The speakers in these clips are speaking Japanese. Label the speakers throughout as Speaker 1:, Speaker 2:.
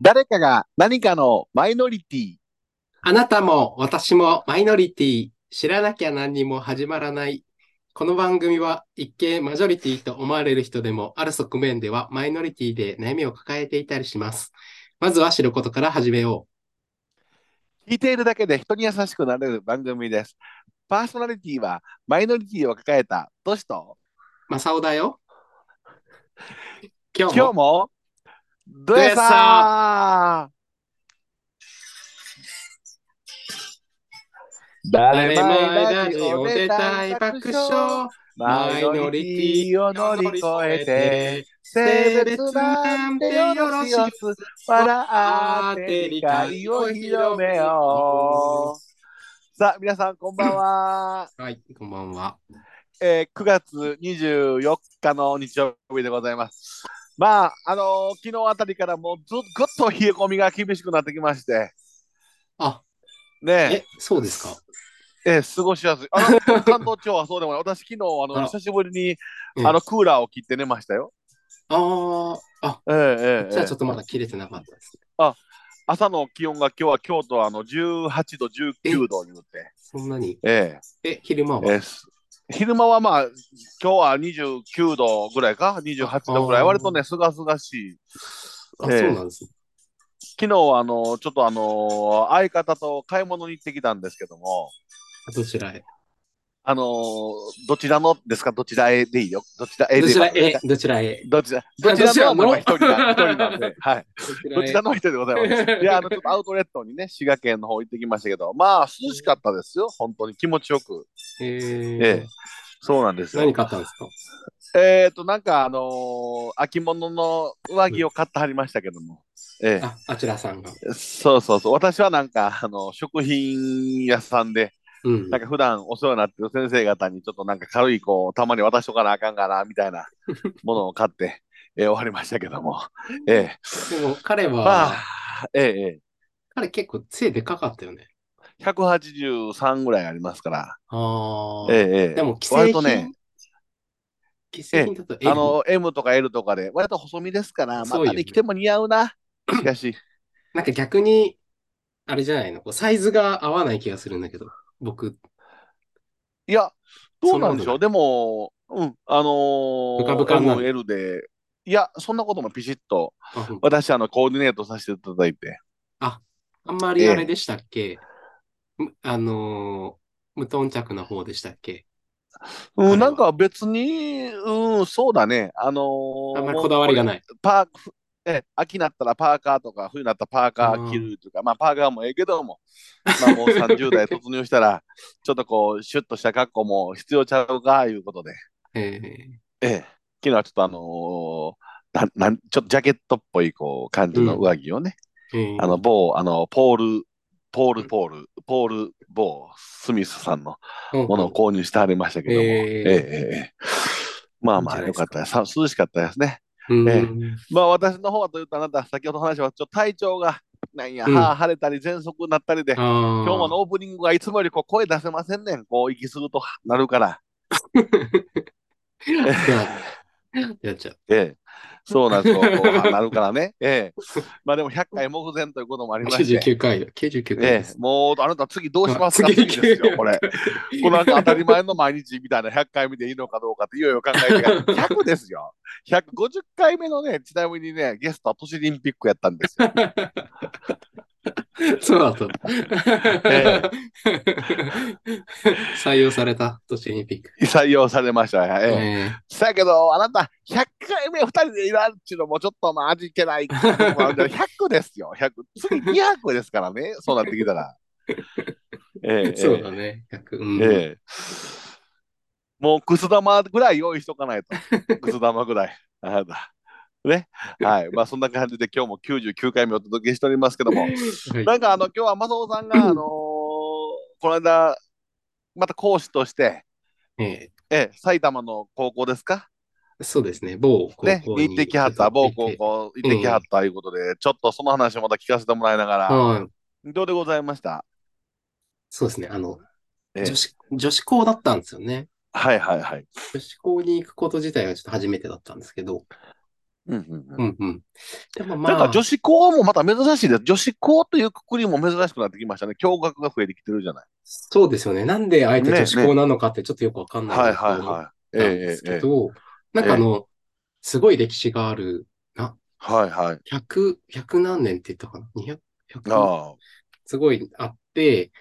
Speaker 1: 誰かが何かのマイノリティ。
Speaker 2: あなたも私もマイノリティ、知らなきゃ何にも始まらない。この番組は一見マジョリティと思われる人でも、ある側面ではマイノリティで悩みを抱えていたりします。まずは知ることから始めよ
Speaker 1: 聞いているだけで人に優しくなれる番組です。パーソナリティはマイノリティを抱えた都市と、
Speaker 2: う。マサオだよ。今日
Speaker 1: 今
Speaker 2: も
Speaker 1: 日も、ドエサー
Speaker 2: 誰も間にお出たい爆笑。
Speaker 1: マイノリティを乗り越えて、性別なんてよろしく笑って理解を広めよう。さあ、皆さん、こんばんは。
Speaker 2: はい、こんばんは。
Speaker 1: えー9月24日の日曜日でございます。まあ、あのー昨日あたりからもうずぐっと冷え込みが厳しくなってきまして、
Speaker 2: あ、
Speaker 1: ね
Speaker 2: え、そうですか。
Speaker 1: え、えー過ごしやすい。あの関東地方はそうでもない。私、昨日あ
Speaker 2: あ
Speaker 1: の
Speaker 2: ら
Speaker 1: 久しぶりに
Speaker 2: うん
Speaker 1: あのクーラーを切って寝ましたよ。
Speaker 2: あーあ、
Speaker 1: ええええ
Speaker 2: じゃあ
Speaker 1: え
Speaker 2: ち
Speaker 1: え
Speaker 2: ょっとまだ切れてなかったですね。
Speaker 1: 朝の気温が今日は京都はあの18度、19度に言って、
Speaker 2: そんなに。
Speaker 1: え
Speaker 2: え、昼間
Speaker 1: ええ
Speaker 2: は
Speaker 1: えす昼間はまあ、今日は29度ぐらいか、28度ぐら
Speaker 2: あ
Speaker 1: い、
Speaker 2: ー
Speaker 1: 割とね、すがすがしい。
Speaker 2: あ、
Speaker 1: ええ
Speaker 2: そうなんですね。
Speaker 1: 昨日はあのちょっとあの相方と買い物に行ってきたんですけども、
Speaker 2: どちらへ
Speaker 1: あのどちらのですか、どちらへでいいよ、どちらへで
Speaker 2: ど
Speaker 1: いい
Speaker 2: ち
Speaker 1: よ
Speaker 2: らへ、どちらへ。
Speaker 1: どちらどちらのはもう一人なんで、
Speaker 2: どち
Speaker 1: 一
Speaker 2: らの
Speaker 1: 人なん で、はい、どちらの一人でございます。いや、あのちょっとアウトレットにね、滋賀県の方行ってきましたけど、まあ涼しかったですよ、本当に気持ちよく。
Speaker 2: えー
Speaker 1: ええそうなんですよ。
Speaker 2: 何買ったんですか
Speaker 1: えっ、と、なんかあのー秋物の上着を買ってはりましたけども。ええ
Speaker 2: あ、あちらさんが。
Speaker 1: そうそうそう、私はなんか、あの食品屋さんで、
Speaker 2: うん。
Speaker 1: なんか普段お世話になってる先生方にちょっとなんか軽いこうたまに渡しとかなあかんかなみた いなものを買って、えー終わりましたけども。え
Speaker 2: でも彼
Speaker 1: えまあ
Speaker 2: は、、
Speaker 1: ええ
Speaker 2: 彼結構背でかかったよ
Speaker 1: え
Speaker 2: ね。
Speaker 1: え183ぐらいありますから、
Speaker 2: ああ。
Speaker 1: ええええ
Speaker 2: でも、既製
Speaker 1: 割と
Speaker 2: 品。
Speaker 1: ね、
Speaker 2: 既製品だと L
Speaker 1: あ、の M とか L とかで、割と細身ですから、ま
Speaker 2: そうよ
Speaker 1: た
Speaker 2: ね
Speaker 1: できても似合う な。しかし、
Speaker 2: なんか逆に、あれじゃないのこうサイズが合わない気がするんだけど、僕、
Speaker 1: いや、どうなんでしょう、
Speaker 2: そんなことな
Speaker 1: でも、う
Speaker 2: い
Speaker 1: ん、あのー、
Speaker 2: ブカブカにな
Speaker 1: M、
Speaker 2: る
Speaker 1: L で、いや、そんなこともピシッと、
Speaker 2: あほん
Speaker 1: 私、あの、コーディネートさせていただいて。
Speaker 2: あんまりあれでしたっけ、むあのー無頓着な方でしたっけ
Speaker 1: う
Speaker 2: は
Speaker 1: ん、なんか別に、うん、そうだね。あのー
Speaker 2: あんまりこだわりが
Speaker 1: もう
Speaker 2: ない。
Speaker 1: これパーふえ、秋になったらパーカーとか、冬になったらパーカー着るというか、まあパーカーもええけども、まあもう30代突入したら、 ちょっとこう、シュッとした格好も必要ちゃうか、いうことで。
Speaker 2: え
Speaker 1: ええ、昨日はちょっとあのーなん、なん、ちょっとジャケットっぽい、こう、感じの上着をね、
Speaker 2: ーえー
Speaker 1: あの、某、あの、ポール、ポール、ポール、ポール、某、スミスさんの
Speaker 2: うん
Speaker 1: ものを購入してありましたけども、
Speaker 2: え
Speaker 1: ええ
Speaker 2: え
Speaker 1: ええええまあま
Speaker 2: い
Speaker 1: あ、
Speaker 2: いんじ
Speaker 1: よ
Speaker 2: ゃないですか
Speaker 1: かったです。さ涼しかったですね。
Speaker 2: うん
Speaker 1: えまあ、私の方はというと、あなた、先ほどの話は、ちょっと体調が、なんや、
Speaker 2: うん
Speaker 1: 歯腫れたり、喘息になったりで、
Speaker 2: あー
Speaker 1: 今日ものオープニングがいつもよりこう声出せませんねん、こう、息するとなるから。
Speaker 2: やっちゃう。
Speaker 1: ええ、そうなんですよ、こうなるからね。え え、まあでも、100回目前ということもありまして。
Speaker 2: 99回だ。99
Speaker 1: え
Speaker 2: 回で
Speaker 1: え
Speaker 2: す、。
Speaker 1: もうあなた次どうしますか
Speaker 2: あ
Speaker 1: 次
Speaker 2: 次
Speaker 1: ですよ、こ れ。このなんか当たり
Speaker 2: 前。
Speaker 1: 前の毎日みたいな100回目でいいのかどうかっていよいよ考えてから100ですよ。150回目のね、ちなみにね、ゲストは都市オリンピックやったんです よ。
Speaker 2: そうだと。
Speaker 1: え
Speaker 2: 採用された、都市オリンピック。
Speaker 1: 採用されましたね。ええ
Speaker 2: え
Speaker 1: そやけど、あなた、100回目2人でいらんっていうのもちょっとまあ味気ない。100です よ、100。次200ですからね、そうなってきた ら。ええ
Speaker 2: えそうだね。100。うん
Speaker 1: ええもうくす玉ぐらい用意しとかない と。くす玉ぐらい。あなた。ね。はい。まあそんな感じで今日も99回目お届けしておりますけど も。
Speaker 2: はい
Speaker 1: なんかあの今日は正雄さん が、あのーこの間、また講師として、
Speaker 2: え
Speaker 1: ええ、埼玉の高校ですか
Speaker 2: えそうですね。某高
Speaker 1: ね。
Speaker 2: 校に
Speaker 1: 行ってきはった、某高
Speaker 2: 行っ
Speaker 1: 校行ってきはったということで、ちょっとその話をまた聞かせてもらいなが
Speaker 2: て
Speaker 1: ら、
Speaker 2: はい。
Speaker 1: どうでございました
Speaker 2: そうですね。あの、
Speaker 1: ええ
Speaker 2: 女子、女子校だったんですよね。
Speaker 1: はいはいはい。
Speaker 2: 女子校に行くこと自体がちょっと初めてだったんですけど、
Speaker 1: うんうんうん
Speaker 2: うんうん。でもま
Speaker 1: な
Speaker 2: あ、
Speaker 1: んか女子校もまた珍しいです。女子校というくくりも珍しくなってきましたね。共学が増えてきてるじゃない。
Speaker 2: そうですよね。なんであえて
Speaker 1: ね
Speaker 2: 女子校なのかってちょっとよくわかんない
Speaker 1: はい
Speaker 2: と
Speaker 1: はい
Speaker 2: こ
Speaker 1: はい。
Speaker 2: ろ
Speaker 1: え
Speaker 2: な
Speaker 1: え
Speaker 2: んです
Speaker 1: ええ
Speaker 2: け
Speaker 1: ええ
Speaker 2: ど、なんかあの、すごい歴史がある、
Speaker 1: はいはい。
Speaker 2: 100、100何年って言ったかな ?200、100
Speaker 1: あ
Speaker 2: すごいあって、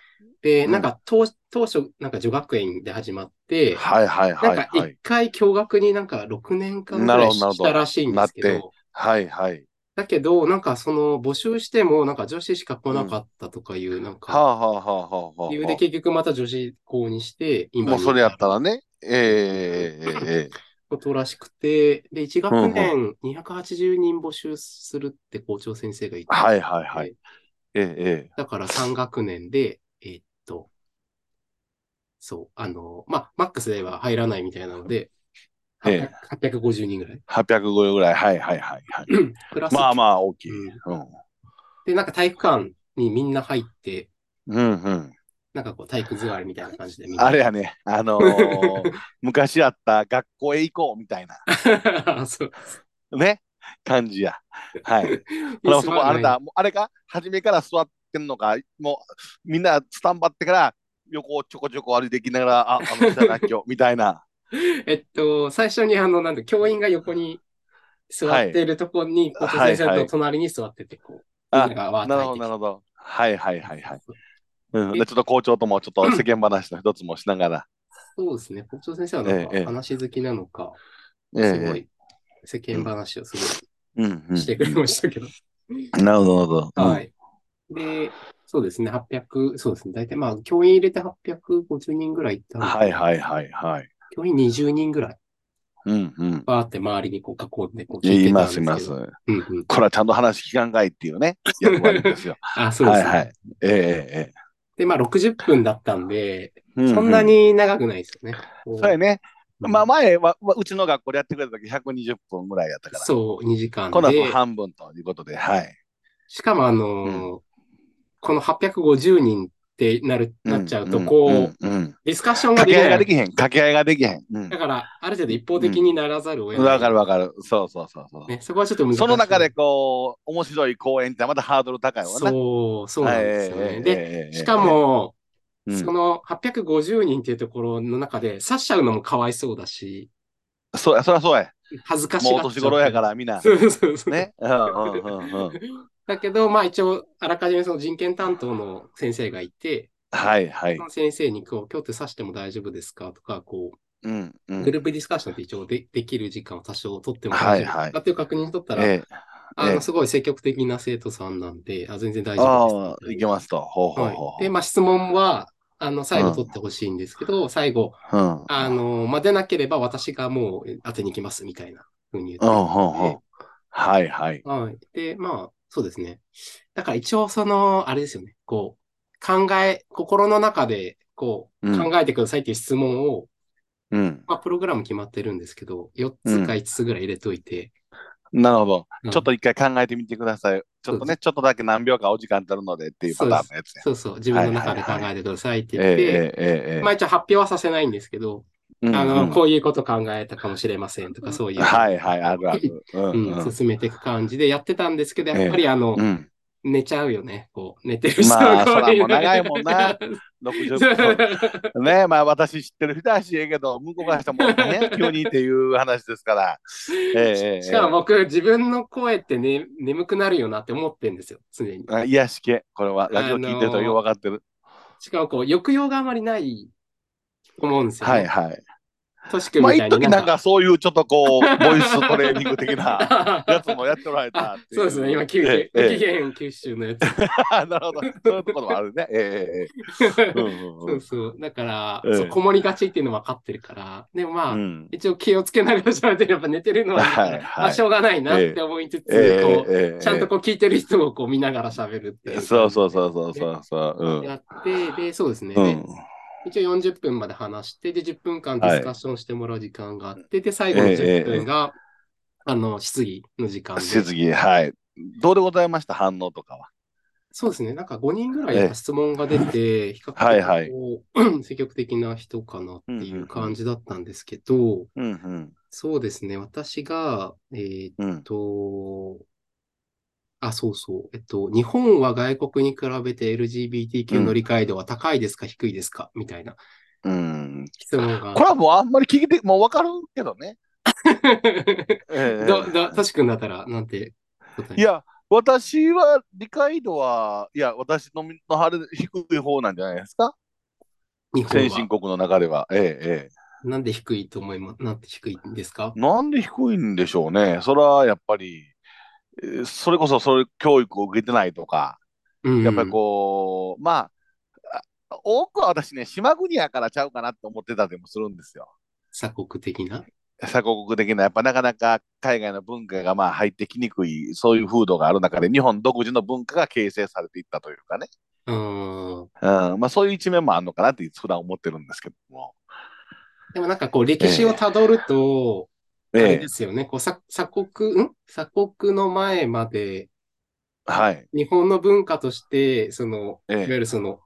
Speaker 2: で、
Speaker 1: うん
Speaker 2: なんか当当初、なんか女学園で始まって
Speaker 1: あ。、はいはい
Speaker 2: な
Speaker 1: は
Speaker 2: ん
Speaker 1: い
Speaker 2: か
Speaker 1: はい
Speaker 2: 一。回共学になんか6年間ぐ
Speaker 1: な
Speaker 2: ら
Speaker 1: るほ
Speaker 2: い
Speaker 1: どなるほ
Speaker 2: し
Speaker 1: ど
Speaker 2: たらしいんですけ
Speaker 1: なっ
Speaker 2: ど、
Speaker 1: はいはい。
Speaker 2: だけど、なんかその募集しても、なんか女子しか来なかったとかいう、なん
Speaker 1: はあ
Speaker 2: か、
Speaker 1: はあはあはあはあは
Speaker 2: 理由で
Speaker 1: あ。
Speaker 2: 結局また女子校にして、今
Speaker 1: もうそれやった
Speaker 2: ら
Speaker 1: らね。ええええええ。
Speaker 2: ことらしくて、で、1学年280人募集するって校長先生が言ってて、
Speaker 1: はいはいはい。ええええ。
Speaker 2: だから3学年で、えーっと、そう、あの、まあ、マックスでは入らないみたいなので、
Speaker 1: え
Speaker 2: 800 850人ぐらい。
Speaker 1: 850ぐらい。はいはいはいはい。
Speaker 2: プラス、
Speaker 1: まあまあ大きい。
Speaker 2: うん
Speaker 1: うん。
Speaker 2: で、なんか体育館にみんな入って、
Speaker 1: うんうん。
Speaker 2: なんかこう体育座りみたいな感じでみんな。
Speaker 1: あれやね。あの ー昔あった学校へ行こうみたいな。
Speaker 2: そう。
Speaker 1: ね。感じや。はい。これもそこあれだ。もうあれか初めから座ってんのかもうみんなスタンバってから横をちょこちょこ歩いていきながら、あ、あの人だな今日、みたいな。
Speaker 2: えっと、最初にあの、なんだ、教員が横に座っているところに、校長先生と隣に座ってて、こう、み
Speaker 1: あ
Speaker 2: んな、がわーって
Speaker 1: なる
Speaker 2: 入
Speaker 1: ほ
Speaker 2: って
Speaker 1: ど、
Speaker 2: き
Speaker 1: な
Speaker 2: て
Speaker 1: るほど。はいはいはいはい。うん、
Speaker 2: え
Speaker 1: でちょっと校長ともちょっと世間話の一つもしながら。
Speaker 2: そうですね。校長先生はなん
Speaker 1: え
Speaker 2: か
Speaker 1: え
Speaker 2: 話好きなのか、
Speaker 1: え
Speaker 2: すごい世間話をす
Speaker 1: えうんう
Speaker 2: ご
Speaker 1: ん
Speaker 2: いしてくれましたけど。
Speaker 1: なるほど、なるほど。うん
Speaker 2: は。い。で、そうですね、800、そうですね、大体まあ、教員入れて850人ぐらいいったので
Speaker 1: はいはいはいはい。
Speaker 2: 教員20人ぐらい、
Speaker 1: うんうん。
Speaker 2: バーって周りにこう囲んで、こう聞
Speaker 1: い
Speaker 2: いてたん
Speaker 1: ま
Speaker 2: ですす
Speaker 1: い
Speaker 2: けど。
Speaker 1: ます。
Speaker 2: うんうん。
Speaker 1: これはちゃんと話聞かんかいっていうね、役割ですよ。
Speaker 2: あ、 そうで
Speaker 1: は
Speaker 2: す
Speaker 1: い
Speaker 2: ね。
Speaker 1: はい。えええ
Speaker 2: で、まあ、60分だったんで、
Speaker 1: えええ
Speaker 2: そんな。に長くないですよね。
Speaker 1: う
Speaker 2: こ
Speaker 1: ん
Speaker 2: う
Speaker 1: そうやね。
Speaker 2: うん
Speaker 1: まあ前は、まあうちの学校でやってくれた時120分ぐらいやったから。
Speaker 2: そう、2時間
Speaker 1: この後
Speaker 2: で、
Speaker 1: 半分ということで、はい。
Speaker 2: しかもあのーこの850人ってなる、なっちゃうと、こう、
Speaker 1: んうんうん
Speaker 2: ディスカッションが
Speaker 1: 掛
Speaker 2: でき
Speaker 1: け合
Speaker 2: ない
Speaker 1: ができへん、
Speaker 2: い。
Speaker 1: 掛け合いができへん。うん
Speaker 2: だから、ある程度一方的にならざるを得ない。
Speaker 1: わかるわかる。そうそうそうそう。
Speaker 2: ね、そこはちょっと難しい。
Speaker 1: その中で、こう、面白い公演ってまだハードル高いわな。
Speaker 2: そう、そうなんですよね。で、
Speaker 1: で
Speaker 2: しか、も、
Speaker 1: ええええええ
Speaker 2: その850人っていうところの中で、刺しちゃうのもかわいそうだし、
Speaker 1: うんそうや、そりゃそうや。
Speaker 2: 恥ずかしが
Speaker 1: もう
Speaker 2: っ
Speaker 1: お
Speaker 2: ちゃ。
Speaker 1: 年頃やからら、みんな。
Speaker 2: そうそうそう。
Speaker 1: ね。うんうんうんうん。
Speaker 2: だけど、まあ一応、あらかじめその人権担当の先生がいて、
Speaker 1: はいはい
Speaker 2: そ。の先生にこう、今日って刺しても大丈夫ですかとか、こ
Speaker 1: うんう
Speaker 2: う、
Speaker 1: ん
Speaker 2: グ。ループディスカッションって一応でできる時間を多少取っても
Speaker 1: は
Speaker 2: 大
Speaker 1: い
Speaker 2: 丈夫
Speaker 1: はい
Speaker 2: ですかっていう確認しとったら、
Speaker 1: ええ
Speaker 2: あ
Speaker 1: え
Speaker 2: の、
Speaker 1: え
Speaker 2: すごい積極的な生徒さんなんで、あ全然大丈
Speaker 1: あ
Speaker 2: 夫
Speaker 1: あ、
Speaker 2: です。
Speaker 1: いけますと。ほうほうほう
Speaker 2: は
Speaker 1: ほ
Speaker 2: い、で、まあ、質問は、あの、最後取ってほしいんですけど、最後、
Speaker 1: う。うん。
Speaker 2: あの、まあ、出なければ私がもう当てに行きます、みたいなふうに言って
Speaker 1: うん、ほうほう。はいはい。
Speaker 2: はい。で、まあ、そうですね。だから一応、その、あれですよね。こう、考え、心の中で、こう、
Speaker 1: うん
Speaker 2: 考えてくださいっていう質問を、
Speaker 1: うん。
Speaker 2: まあ、プログラム決まってるんですけど、4つか5つぐらい入れといて、
Speaker 1: なるほど
Speaker 2: うん。
Speaker 1: ちょっと一回考えてみてください。ちょっと
Speaker 2: そうで
Speaker 1: ね、ちょっとだけ何秒かお時間取るのでっていうパターンのやつね。
Speaker 2: そうそう、自分の中で考えてくださいって言って、
Speaker 1: ええ
Speaker 2: まあ一応発表はさせないんですけど、
Speaker 1: ええ
Speaker 2: あ
Speaker 1: うん
Speaker 2: の、
Speaker 1: うん
Speaker 2: こういうこと考えたかもしれませんとか、そういう。
Speaker 1: はいはい、あるある。うん
Speaker 2: う、
Speaker 1: うんん
Speaker 2: 進めていく感じでやってたんですけど、
Speaker 1: ええ
Speaker 2: やっぱりあの、
Speaker 1: うん。
Speaker 2: 寝ちゃうよね。こう、寝てる人
Speaker 1: まあ
Speaker 2: が
Speaker 1: そらもう長いもん な60分。ねまあ私知ってる人は知えんけど、向こうからしたらもう ね、急にっていう話ですから。ええ
Speaker 2: しかも僕、自分の声って、ね、眠くなるよなって思ってんですよ、常に。
Speaker 1: あ癒し系、これはラジオ聞いてるとよう分かってる。
Speaker 2: しかも、こう、抑揚があまりないと思うんですよ、ね。
Speaker 1: はいはい。
Speaker 2: トシ君
Speaker 1: まあ
Speaker 2: みたい
Speaker 1: 一
Speaker 2: に
Speaker 1: 時なんかそういうちょっとこう、ボイストレーニング的な。
Speaker 2: なんか
Speaker 1: やつもやっておられた
Speaker 2: あ
Speaker 1: ってい
Speaker 2: そうですね、今、九州、
Speaker 1: ええ
Speaker 2: 無期
Speaker 1: ええ
Speaker 2: 限九州のやつ。
Speaker 1: なるほど。そういうところもあるね。ええええうんうん
Speaker 2: そううんそう。だから、
Speaker 1: ええ
Speaker 2: そうこもりがちっていうのは分かってるから、でもまあ、
Speaker 1: うん
Speaker 2: 一応気をつけながら喋ってるやっぱ寝てるのは、
Speaker 1: はいはい
Speaker 2: あしょうがないなって思いつつ、
Speaker 1: ええ
Speaker 2: こう
Speaker 1: ええ
Speaker 2: ちゃんとこう聞いてる人をこう見ながら喋るっ
Speaker 1: え
Speaker 2: てい
Speaker 1: え
Speaker 2: う。
Speaker 1: そうそうそうそうそうそう。
Speaker 2: やって、で、そうですね。
Speaker 1: うん。う
Speaker 2: で
Speaker 1: ん。
Speaker 2: 一応40分まで話して、で、10分間ディスカッションしてもらう時間があって、で、最後の
Speaker 1: ええ
Speaker 2: 10分が、あの、質疑の時間で。
Speaker 1: 質疑、はい。どうでございました反応とかは。
Speaker 2: そうですね。なんか5人ぐらいやっぱ質問が出 て、比較的
Speaker 1: はいはい
Speaker 2: こう積極的な人かなっていう感じだったんですけど、
Speaker 1: うんうん。
Speaker 2: そうですね。私が、えーっ
Speaker 1: うん。
Speaker 2: と、あ、そうそう。えっと、日本は外国に比べて LGBTQ の理解度は高いですか、低いですかみたいな
Speaker 1: うん。
Speaker 2: 質問が
Speaker 1: こ。れはもうあんまり聞いて、もうわかるけどね。 ええ
Speaker 2: だ、だ、トシ君だったら、なんて答え
Speaker 1: いや、私は理解度は、いや、私のみの晴れ低い方なんじゃないですか
Speaker 2: 日本
Speaker 1: 先進
Speaker 2: は
Speaker 1: 国の中では。ええ、え
Speaker 2: なんで低いと思いますなんて低いんですか
Speaker 1: え。なんで低いんでしょうね。それはやっぱり、えーそれこそそれ教育を受けてないとか、やっぱりこう、まあ、あ多くは私ね、島国やからちゃうかなって思ってたりもするんですよ。
Speaker 2: 鎖国的な。
Speaker 1: 鎖国的な、やっぱなかなか海外の文化がまあ入ってきにくい、そういう風土がある中で、日本独自の文化が形成されていったというかね。
Speaker 2: うーん。
Speaker 1: うん、まあそういう一面もあるのかなって普段思ってるんですけども。
Speaker 2: でもなんかこう、歴史をたどると、あれ
Speaker 1: ええ
Speaker 2: で、すよね。こう、鎖鎖国、ん鎖国の前まで、
Speaker 1: はい。
Speaker 2: 日本の文化として、その、い
Speaker 1: ええ
Speaker 2: わゆるその、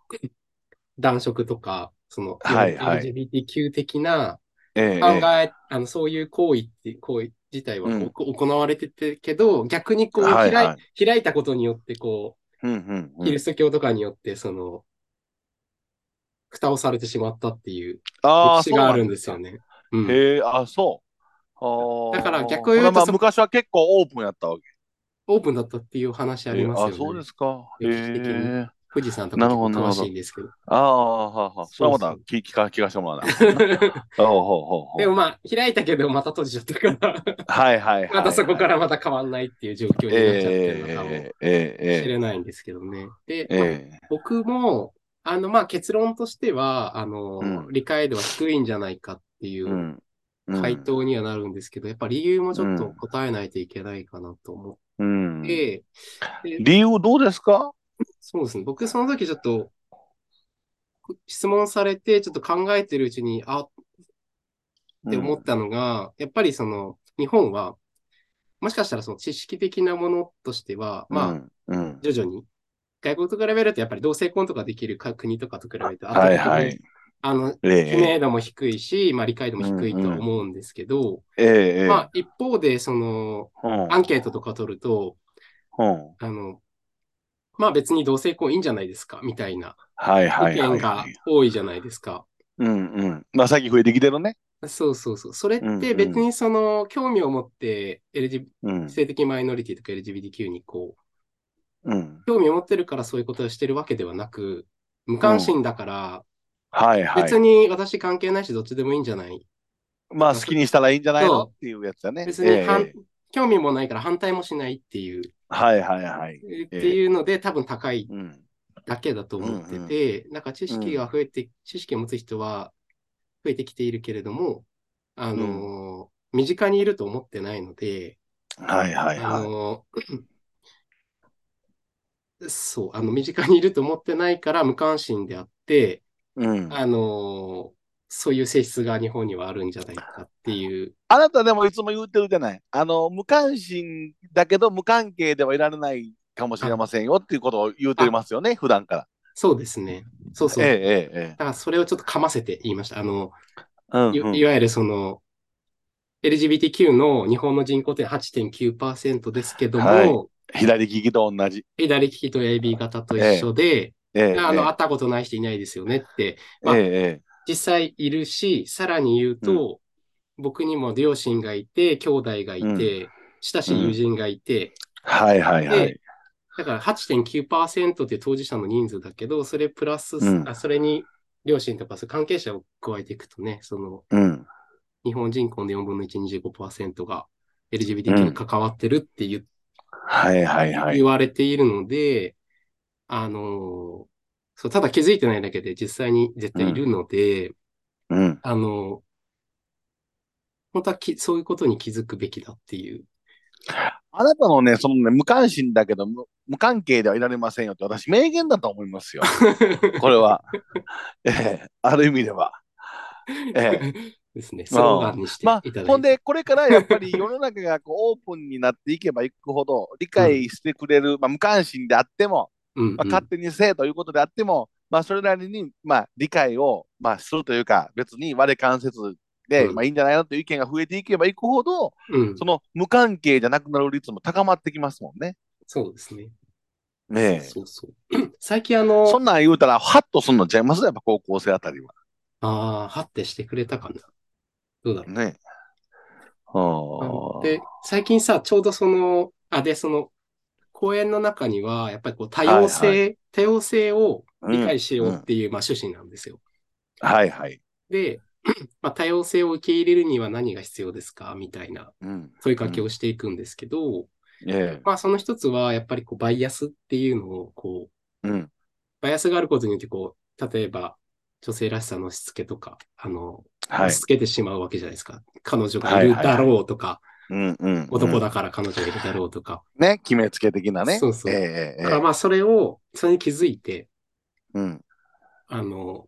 Speaker 2: 男色とか、その、
Speaker 1: はいはい
Speaker 2: LGBTQ 的な
Speaker 1: えええ
Speaker 2: 考え、
Speaker 1: え
Speaker 2: あの、そういう行為って、行為自体は
Speaker 1: うん
Speaker 2: こう行われててけど、逆にこう、
Speaker 1: はい
Speaker 2: 開い
Speaker 1: は
Speaker 2: 開いたことによって、こ
Speaker 1: うんうん
Speaker 2: う、
Speaker 1: う
Speaker 2: キ
Speaker 1: ん
Speaker 2: リスト教とかによって、その、蓋をされてしまったっていう
Speaker 1: ああ、そ
Speaker 2: 歴史
Speaker 1: う
Speaker 2: が
Speaker 1: な
Speaker 2: あ
Speaker 1: ん
Speaker 2: る
Speaker 1: で
Speaker 2: んですよね。
Speaker 1: す
Speaker 2: うん
Speaker 1: ね。へえ、あそう。あー
Speaker 2: だから逆を言うと
Speaker 1: まあ
Speaker 2: そ
Speaker 1: 昔は結構オープンやったわけ。
Speaker 2: オープンだったっていう話ありますよね。
Speaker 1: あそうですか。へ
Speaker 2: 歴史的に
Speaker 1: え。
Speaker 2: 富士山とか
Speaker 1: なる
Speaker 2: 結
Speaker 1: ほ
Speaker 2: 構
Speaker 1: どなるほ
Speaker 2: 詳
Speaker 1: ど
Speaker 2: しいんですけど。
Speaker 1: ああ、はあはあ。それはま
Speaker 2: そ
Speaker 1: た
Speaker 2: う
Speaker 1: 聞きか聞かせてもらうな。 ほうほうほうほう
Speaker 2: でもまあ、開いたけどまた閉じちゃったから、
Speaker 1: はいはいはい。
Speaker 2: またそこからまた変わんないっていう状況になっちゃってるのかも
Speaker 1: えええ
Speaker 2: し
Speaker 1: え
Speaker 2: れないんですけどね。で、
Speaker 1: ええええ
Speaker 2: 僕も、あの、まあ結論としては、あの、
Speaker 1: うん。
Speaker 2: 理解度は低いんじゃないかっていううん回答にはなるんですけど、やっぱ理由もちょっと
Speaker 1: うん
Speaker 2: 答えないといけないかなと思
Speaker 1: うん。
Speaker 2: っ
Speaker 1: 理
Speaker 2: て、で
Speaker 1: 由どうですか
Speaker 2: そうですね。僕、その時ちょっと、こ質問されて、ちょっと考えてるうちに、あって思ったのが、やっぱりその、日本は、もしかしたらその知識的なものとしては、まあ、
Speaker 1: あ、うん。
Speaker 2: 徐々に、外国と比べると、やっぱり同性婚とかできるか国とかと比べて、
Speaker 1: はいはい。
Speaker 2: 圧倒的にあの、
Speaker 1: ええ
Speaker 2: 知名度も低いし、まあ理解度も低いとは思うんですけど、
Speaker 1: ええええ
Speaker 2: まあ一方で、その、
Speaker 1: うん
Speaker 2: アンケートとか取ると、
Speaker 1: うん
Speaker 2: あの、まあ別に同性婚いいんじゃないですか、みたいな
Speaker 1: はいはい
Speaker 2: 意
Speaker 1: は
Speaker 2: 見
Speaker 1: いは
Speaker 2: が
Speaker 1: い。
Speaker 2: 多いじゃないですか。
Speaker 1: うんうん。まあ最近増えてきてるね。
Speaker 2: そうそうそう。それっ
Speaker 1: うんう
Speaker 2: て
Speaker 1: ん
Speaker 2: 別にその興味を持って LG
Speaker 1: うん。
Speaker 2: 性的マイノリティとか LGBTQ にこ
Speaker 1: うん
Speaker 2: う、。興味を持ってるからそういうことをしてるわけではなく、無関心だから、
Speaker 1: はいはい
Speaker 2: 別。に私関係ないしどっちでもいいんじゃない。
Speaker 1: まあ好きにしたらいいんじゃないのっていうやつだね。
Speaker 2: 別に反
Speaker 1: ええ
Speaker 2: 興味もないから反対もしないっていう、
Speaker 1: はいはいはい。
Speaker 2: っていうので多分高い
Speaker 1: うん。
Speaker 2: だけだと思ってて、なんか知識が増えて、知識を持つ人は増えてきているけれども、あのー、身近にいると思ってないので、
Speaker 1: はいはい
Speaker 2: あ
Speaker 1: は
Speaker 2: の、そう、あの、身近にいると思ってないから無関心であって、
Speaker 1: い。うん。
Speaker 2: あの、そういう性質が日本にはあるんじゃないかっていう。
Speaker 1: あなたでもいつも言うてるじゃない。あの、無関心だけど無関係ではいられないかもしれませんよっていうことを言うてますよね、普段から。
Speaker 2: そうですね。そうそう。
Speaker 1: ええ
Speaker 2: だ
Speaker 1: えええ
Speaker 2: からそれをちょっとかませて言いました。あの、
Speaker 1: え。うん
Speaker 2: い
Speaker 1: うん
Speaker 2: いわゆるその、LGBTQ の日本の人口って8.9%ですけども、
Speaker 1: はい左利きと同じ。
Speaker 2: 左利きと AB 型と一緒で、
Speaker 1: ええええ
Speaker 2: あの、会ったことない人いないですよねって
Speaker 1: え
Speaker 2: まあ
Speaker 1: ええ
Speaker 2: 実際いるし、さらに言うと、僕にも両親がいて、兄弟がいて、親しい友人がいて、
Speaker 1: えはいはいはい
Speaker 2: で。だから8.9%って当事者の人数だけど、それプラス、
Speaker 1: うん
Speaker 2: あそれに両親とかそういう関係者を加えていくとね、その
Speaker 1: うん。
Speaker 2: 日本人口の4分の1、25%が LGBTQ に関わってるって言,、
Speaker 1: はいはいはい。
Speaker 2: 言われているので、あのーそう、ただ気づいてないだけで実際に絶対いるので、
Speaker 1: うん。
Speaker 2: あの、本当はき、そういうことに気づくべきだっていう。
Speaker 1: あなたのね、そのね、無関心だけど無、無関係ではいられませんよって、私、名言だと思いますよ。これは。ええ、ある意味では。ええ。
Speaker 2: ですね。スローガンにしていた
Speaker 1: ま
Speaker 2: だいて。
Speaker 1: あ、ほんで、これからやっぱり世の中がこうオープンになっていけばいくほど、理解してくれる、まあ、無関心であっても、
Speaker 2: うんうん、
Speaker 1: まあ、勝手にせえということであっても、まあ、それなりに、まあ、理解を、まあ、するというか、別に我関せずで、
Speaker 2: うん
Speaker 1: まあいいんじゃないのという意見が増えていけばいくほど、
Speaker 2: うん
Speaker 1: そ。の無関係じゃなくなる率も高まってきますもんね。
Speaker 2: そうですね。
Speaker 1: ね
Speaker 2: そうそう。 最近あ
Speaker 1: え。
Speaker 2: の、
Speaker 1: そんなん言うたら、ハッとすんのちゃいますやっぱ高校生あたりは。
Speaker 2: ああ、はってしてくれたかな。どうだろう
Speaker 1: ねえ。
Speaker 2: あ
Speaker 1: あ
Speaker 2: の。で、最近さ、ちょうどその、あ、で、その、公演の中には、やっぱりこう多様性、
Speaker 1: はい
Speaker 2: 多様性を
Speaker 1: うん
Speaker 2: 理解しようっていう、まあ趣旨なんですよ。
Speaker 1: はいはい。
Speaker 2: で、 まあ多様性を受け入れるには何が必要ですかみたいな
Speaker 1: うん。
Speaker 2: 問いかけをしていくんですけど、
Speaker 1: え
Speaker 2: まあその一つは、やっぱりこうバイアスっていうのを、こう、
Speaker 1: え。うん。
Speaker 2: バイアスがあることによって、こう、例えば、女性らしさのしつけとか、あの、
Speaker 1: は
Speaker 2: 押
Speaker 1: い
Speaker 2: し。付けてしまうわけじゃないですか。彼女がいるだろうとか、
Speaker 1: うんうん。だ。
Speaker 2: 男だから彼女がいるだろうとか。
Speaker 1: ね、決めつけ的なね。
Speaker 2: そうそう
Speaker 1: えええ
Speaker 2: だから
Speaker 1: え。
Speaker 2: まあ、それを、それに気づいて、
Speaker 1: うん。
Speaker 2: あの、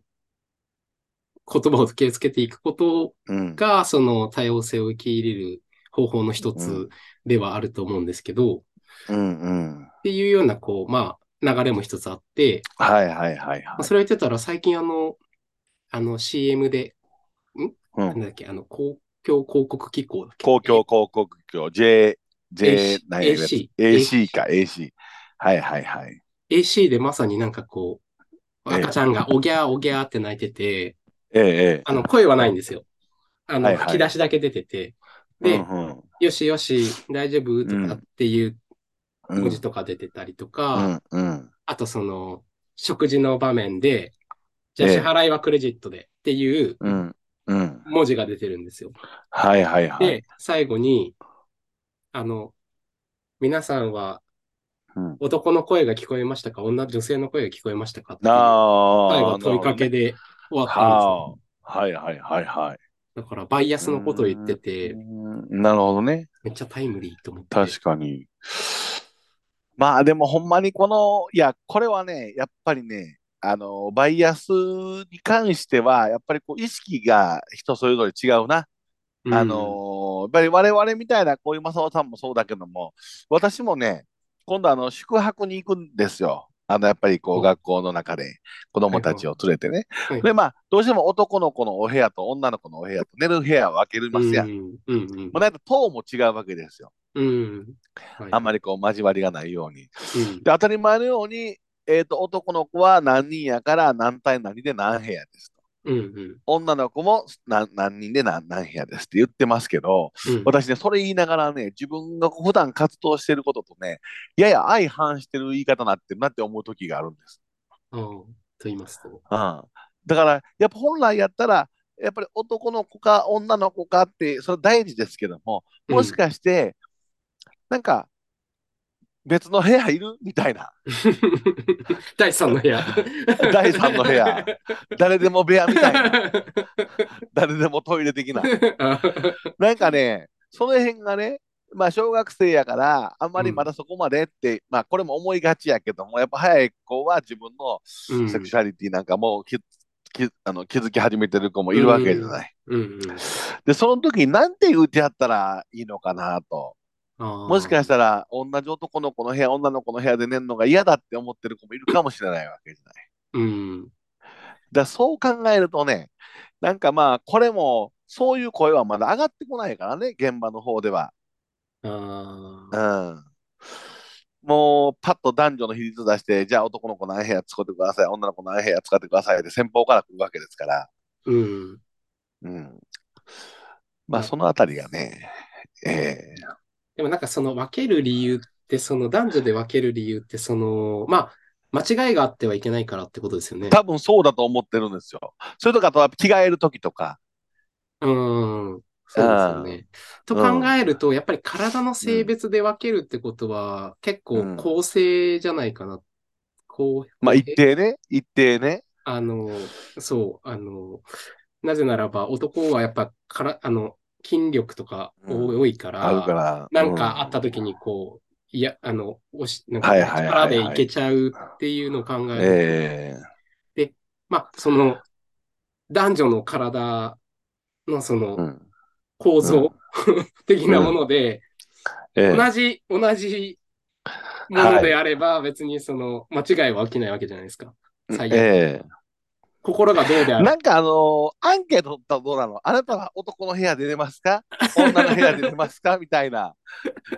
Speaker 2: 言葉を気をつけていくこと
Speaker 1: うん。
Speaker 2: が、その多様性を受け入れる方法の一つではあると思うんですけど、っ
Speaker 1: うんうん。
Speaker 2: ていうような、こう、まあ、流れも一つあって、
Speaker 1: はいはいはい
Speaker 2: まあ
Speaker 1: はい。
Speaker 2: それを言ってたら、最近あの、あの CM で、
Speaker 1: う
Speaker 2: なん
Speaker 1: ん、
Speaker 2: だっけ、あの、公共広告機構だっけ
Speaker 1: 公共広告業、J、J
Speaker 2: AC、
Speaker 1: 何やる
Speaker 2: AC
Speaker 1: AC か、AC。はいはいはい。
Speaker 2: AC でまさになんかこう、
Speaker 1: ええ
Speaker 2: 赤ちゃんがおぎゃーおぎゃーって泣いてて、
Speaker 1: えええ
Speaker 2: あの、声はないんですよ。あ
Speaker 1: はい
Speaker 2: の、
Speaker 1: はい
Speaker 2: 吹き出しだけ出てて。
Speaker 1: え。
Speaker 2: で、
Speaker 1: うんうん
Speaker 2: よしよし、大丈夫とかっていう
Speaker 1: うん
Speaker 2: 文字とか出てたりと
Speaker 1: う
Speaker 2: か、
Speaker 1: んうん。
Speaker 2: あとその、食事の場面で、じゃあ
Speaker 1: ええ
Speaker 2: 支払いはクレジットでっていう
Speaker 1: うんうん。
Speaker 2: 文字が出てるんですよ。
Speaker 1: はいはいはい。
Speaker 2: で、最後に、あの、皆さんは
Speaker 1: うん
Speaker 2: 男の声が聞こえましたか女、女性の声が聞こえましたかっていう
Speaker 1: ああ。
Speaker 2: 最後問いかけで終わったんですよ。
Speaker 1: はいはいはいはい。
Speaker 2: だからバイアスのことを言ってて
Speaker 1: う、ん。なるほどね。
Speaker 2: めっちゃタイムリーと思って。
Speaker 1: 確かに。まあでもほんまにこの、いや、これはね、やっぱりね、あの、バイアスに関しては、やっぱりこう意識が人それぞれ違うな。
Speaker 2: うん
Speaker 1: あの、やっぱり我々みたいな、こういう正雄さんもそうだけども、私もね、今度あの、宿泊に行くんですよ。あの、やっぱりこ
Speaker 2: お
Speaker 1: う学校の中で子供たちを連れてね。
Speaker 2: はい
Speaker 1: で、まあ、どうしても男の子のお部屋と女の子のお部屋と寝る部屋を分けるますやん。
Speaker 2: う
Speaker 1: も
Speaker 2: んうん
Speaker 1: うなんか塔も違うわけですよ。
Speaker 2: うん。はい
Speaker 1: あんまりこう交わりがないように。
Speaker 2: うん
Speaker 1: で当たり前のように、えー、と男の子は何人やから何対何で何部屋ですと。
Speaker 2: うんうん
Speaker 1: 女の子も何何人で何何部屋ですって言ってますけど、
Speaker 2: うん
Speaker 1: 私ね、それ言いながらね、自分が普段活動してることとね、やや相反してる言い方になってるなって思う時があるんです。
Speaker 2: あーと言いますと。
Speaker 1: うん、だから、やっぱ本来やったら、やっぱり男の子か女の子かって、それ大事ですけども、もしかして、なんか、別の部屋いるみたい な。
Speaker 2: 第三の部屋。
Speaker 1: 第三の部 屋誰でも部屋みたいな。誰でもトイレ的な。
Speaker 2: あ
Speaker 1: なんかね、その辺がね、まあ小学生やから、あんまりまだそこまでって、まあこれも思いがちやけども、やっぱ早い子は自分の
Speaker 2: うん
Speaker 1: セクシャリティなんかもうき、きあの気づき始めてる子もいるわけじゃない。
Speaker 2: うんうん
Speaker 1: で、その時になんて言うてやったらいいのかなと。
Speaker 2: あー
Speaker 1: もしかしたら、同じ男の子の部屋、女の子の部屋で寝るのが嫌だって思ってる子もいるかもしれないわけじゃない。
Speaker 2: うん
Speaker 1: だからそう考えるとね、なんかまあ、これも、そういう声はまだ上がってこないからね、現場の方では。
Speaker 2: あ
Speaker 1: う
Speaker 2: ー
Speaker 1: ん。もう、パッと男女の比率出して、じゃあ男の子何部屋使ってください、女の子何部屋使ってくださいで先方から来るわけですから。
Speaker 2: うん
Speaker 1: うん。まあ、
Speaker 2: ね
Speaker 1: そのあたりがね、ええ
Speaker 2: でもなんかその分ける理由って、その男女で分ける理由って、その、まあ、間違いがあってはいけないからってことですよね。
Speaker 1: 多分そうだと思ってるんですよ。それとかあとは着替える時とか。
Speaker 2: うん。そうですよね。と考えると、やっぱり体の性別で分けるってことは、
Speaker 1: う
Speaker 2: 結構
Speaker 1: ん
Speaker 2: 公正じゃないかな。こう、
Speaker 1: まあ、一定ね、一定ね。
Speaker 2: あの、そう、あの、なぜならば男はやっぱから、あの、筋力とか
Speaker 1: うん
Speaker 2: 多いか、
Speaker 1: あるからら。
Speaker 2: なんかあっ
Speaker 1: う
Speaker 2: た
Speaker 1: ん
Speaker 2: 時にこう、いや、あの、おし、なんか
Speaker 1: はいはいはいはい
Speaker 2: 力でいけちゃうっていうのを考えると
Speaker 1: ええ
Speaker 2: まあ、その、男女の体のその
Speaker 1: ん。
Speaker 2: 構造 的なもので、
Speaker 1: ええ
Speaker 2: 同じ、同じものであれば、別にその、間違いは起きないわけじゃないですか。
Speaker 1: うん
Speaker 2: 最悪
Speaker 1: ええ
Speaker 2: 心がどうである。
Speaker 1: なんかあのーアンケート取ったらどうなのあなたは男の部屋で寝ます か女の部屋で寝ますかみたいな。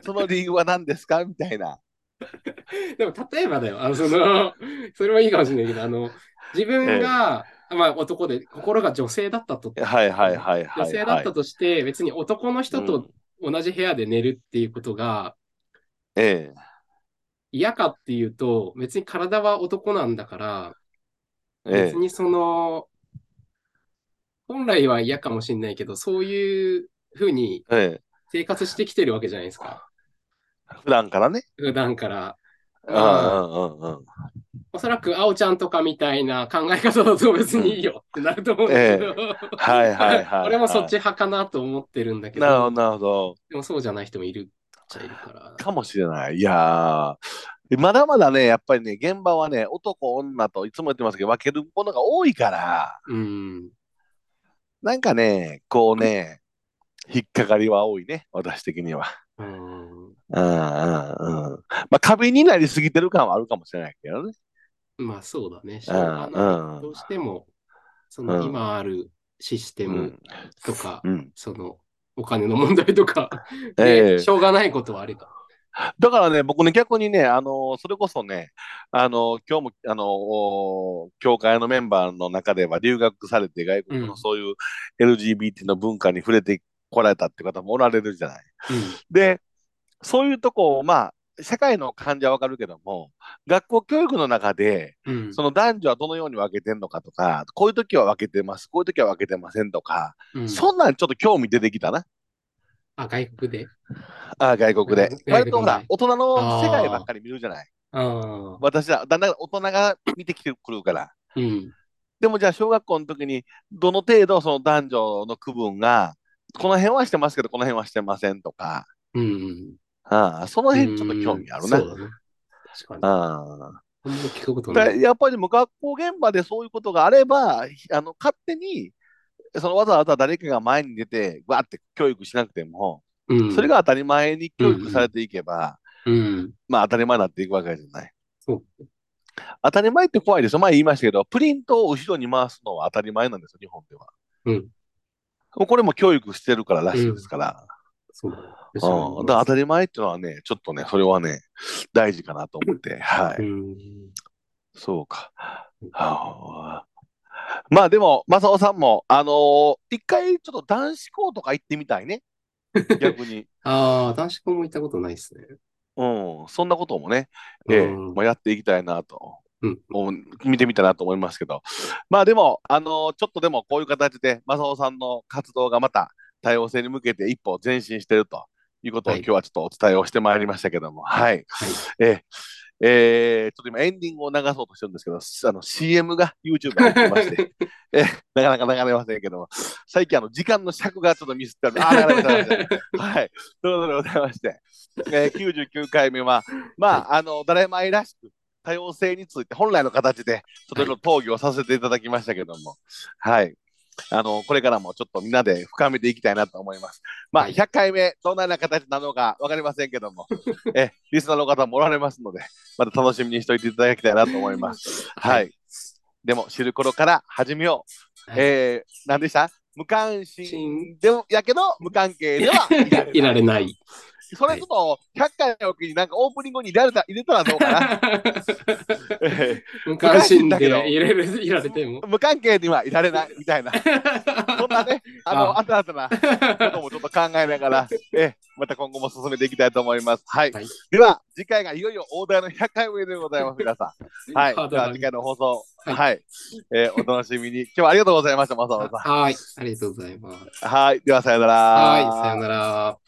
Speaker 1: その理由は何ですかみたいな。
Speaker 2: でも例えばだよ、あのその それはいいかもしれないけど、あの自分が、まあ、男で心が女性だったと、
Speaker 1: はいはいはいはい、はい。
Speaker 2: 女性だったとして、別に男の人と同じ部屋で寝るっていうことが
Speaker 1: ええ。
Speaker 2: 嫌かっていうと、別に体は男なんだから、
Speaker 1: え
Speaker 2: 別にその、本来は嫌かもしれないけど、そういうふうに
Speaker 1: え。ええ。
Speaker 2: 生活してきてるわけじゃないですか。
Speaker 1: 普段からね。
Speaker 2: 普段から。
Speaker 1: うんう
Speaker 2: まあ
Speaker 1: んうんうん。
Speaker 2: おそらく、あおちゃんとかみたいな考え方だと別にいいよってなると思うんだけど、
Speaker 1: はいはいはい。
Speaker 2: 俺もそっち派かなと思ってるんだけど、
Speaker 1: なるほど、なるほど。
Speaker 2: でもそうじゃない人もいるっちゃいるから。
Speaker 1: かもしれない。いやーまだまだね、やっぱりね、現場はね、男、女といつも言ってますけど、分けるものが多いから、
Speaker 2: うん。
Speaker 1: なんかね、こうね、引っかかりは多いね、私的には。
Speaker 2: うん
Speaker 1: うんうんうん。まあ、過敏になりすぎてる感はあるかもしれないけどね。
Speaker 2: まあそうだね。しょうがない
Speaker 1: うん
Speaker 2: どうしても、その
Speaker 1: うん
Speaker 2: 今あるシステ
Speaker 1: うん。う
Speaker 2: ム
Speaker 1: ん。
Speaker 2: とか、
Speaker 1: うん
Speaker 2: そのお金の問題とか、
Speaker 1: ええ
Speaker 2: でしょうがないことはあれか。
Speaker 1: だからね、僕ね、逆にね、あのそれこそね、あの今日も、あのお教会のメンバーの中では、留学されて外国
Speaker 2: うん
Speaker 1: のそういう LGBT の文化に触れてこられたって方もおられるじゃない。で、そういうとこを、まあ、社会の感じはわかるけども、学校教育の中で、
Speaker 2: うん。うん
Speaker 1: その男女はどのように分けてんのかとか、こういう時は分けてます、こういう時は分けてませんとか、
Speaker 2: うん
Speaker 1: そんなんちょっと興味出てきたな、
Speaker 2: あ、外国で。
Speaker 1: あ外国で。
Speaker 2: 外国で
Speaker 1: 割とほ
Speaker 2: は
Speaker 1: ら
Speaker 2: い、
Speaker 1: 大人の世界ばっかり見るじゃない。
Speaker 2: ああ。
Speaker 1: 私はだんだん大人が見てきてくるから。
Speaker 2: うん。
Speaker 1: でもじゃあ小学校の時にどの程度その男女の区分がこの辺はしてますけどこの辺はしてませんとか、
Speaker 2: うん。
Speaker 1: ああその辺ちょっと興味あるな。
Speaker 2: そうだね。確かに。
Speaker 1: あ
Speaker 2: あんま聞くこと
Speaker 1: あ
Speaker 2: な
Speaker 1: だ
Speaker 2: い。
Speaker 1: やっぱりもう学校現場でそういうことがあればひあの勝手にそのわざわざ誰かが前に出てわーって教育しなくても、
Speaker 2: うん。
Speaker 1: それ、が当たり前に教育されていけば、
Speaker 2: うん。
Speaker 1: まあ当たり前になっていくわけじゃない。
Speaker 2: そう。
Speaker 1: 当たり前って怖いですよ。前言いましたけど、プリントを後ろに回すのは当たり前なんですよ、日本では。
Speaker 2: うん
Speaker 1: もうこれも教育してるかららしいですから。
Speaker 2: そうだね。
Speaker 1: うんだから当たり前っていうのはね、ちょっとね、それはね、大事かなと思って。は
Speaker 2: う
Speaker 1: い。
Speaker 2: ん。
Speaker 1: そうか。はあまあでも、正雄さんも、あのー一回ちょっと男子校とか行ってみたい ね。逆に。
Speaker 2: ああ、男子校も行ったことないですね。
Speaker 1: うん、そんなこともね、ええ
Speaker 2: うん
Speaker 1: まあ、やっていきたいなと、
Speaker 2: うん
Speaker 1: お見てみたいなと思いますけど、まあでも、あのちょっとでもこういう形で、正雄さんの活動がまた多様性に向けて一歩前進しているということを、
Speaker 2: はい
Speaker 1: 今日はちょっとお伝えをしてまいりましたけども、はい。
Speaker 2: はい
Speaker 1: ええええちょっと今エンディングを流そうとしてるんですけど、あの CM が YouTube に入ってまして、ええなかなか流れませんけども、最近あの時間の尺がちょっとミスってある、あー流れません流れませんはい、ということでございまして、えー、99回目は、まあ、あの、ドラえもんらしく、多様性について、本来の形で、ちょっと討議をさせていただきましたけども、はい。あの、これからもちょっとみんなで深めていきたいなと思います。まあ、
Speaker 2: はい
Speaker 1: 100回目、どんなような形なのか分かりませんけ ども、え、リスナーの方もおられますので、また楽しみにしておいていただきたいなと思います。は
Speaker 2: はい
Speaker 1: い。でも、知る頃から始めよう。
Speaker 2: はい
Speaker 1: えー、何でした無関心でも、やけど、無関係で は
Speaker 2: いられない。
Speaker 1: それちょっと100回の時になんかオープニングに入れられた入れたらどうか なえ
Speaker 2: 無関心
Speaker 1: だけ
Speaker 2: で
Speaker 1: ど
Speaker 2: いられいられても
Speaker 1: ー。無関係にはいられないみ たいな。そんなね、あの、
Speaker 2: あ
Speaker 1: 後々なこともちょっと考えなが ら、えーまた今後も進めていきたいと思います。はい。
Speaker 2: はい
Speaker 1: では、次回がいよいよ大台の100回目でございます、皆さん。はい。
Speaker 2: ハード
Speaker 1: で
Speaker 2: ル
Speaker 1: は、次回の放送、は、
Speaker 2: はいい
Speaker 1: えーお楽しみに。今日はありがとうございました、マサオさ
Speaker 2: はい、ありがとうございます。
Speaker 1: ん。はい。では、さよなら。
Speaker 2: はい、さよなら。